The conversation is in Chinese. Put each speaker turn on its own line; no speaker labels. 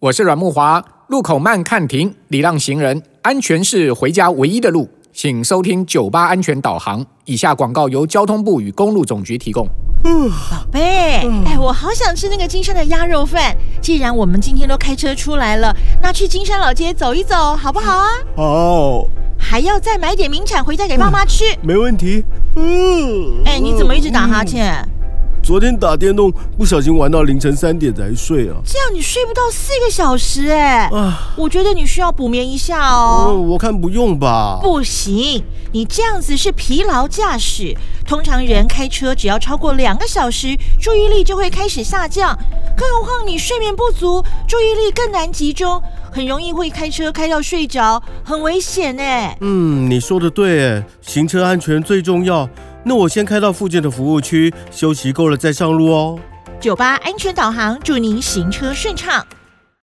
我是阮木华。路口慢看停，礼让行人，安全是回家唯一的路。请收听九八安全导航。以下广告由交通部与公路总局提供。
宝贝，哎，我好想吃那个金山的鸭肉饭。既然我们今天都开车出来了，那去金山老街走一走好不好啊？
好，
还要再买点名产回家给爸妈吃。
没问题。嗯，
哎，你怎么一直打哈欠？
昨天打电动不小心玩到凌晨三点才睡啊。
这样你睡不到四个小时哎、
啊，
我觉得你需要补眠一下
我
哦。
我看不用吧。
不行，你这样子是疲劳驾驶。通常人开车只要超过两个小时，注意力就会开始下降。更何况你睡眠不足，注意力更难集中，很容易会开车开到睡着，很危险哎。
嗯，你说的对，哎，行车安全最重要。那我先开到附近的服务区休息够了再上路哦。
酒吧安全导航，祝您行车顺畅。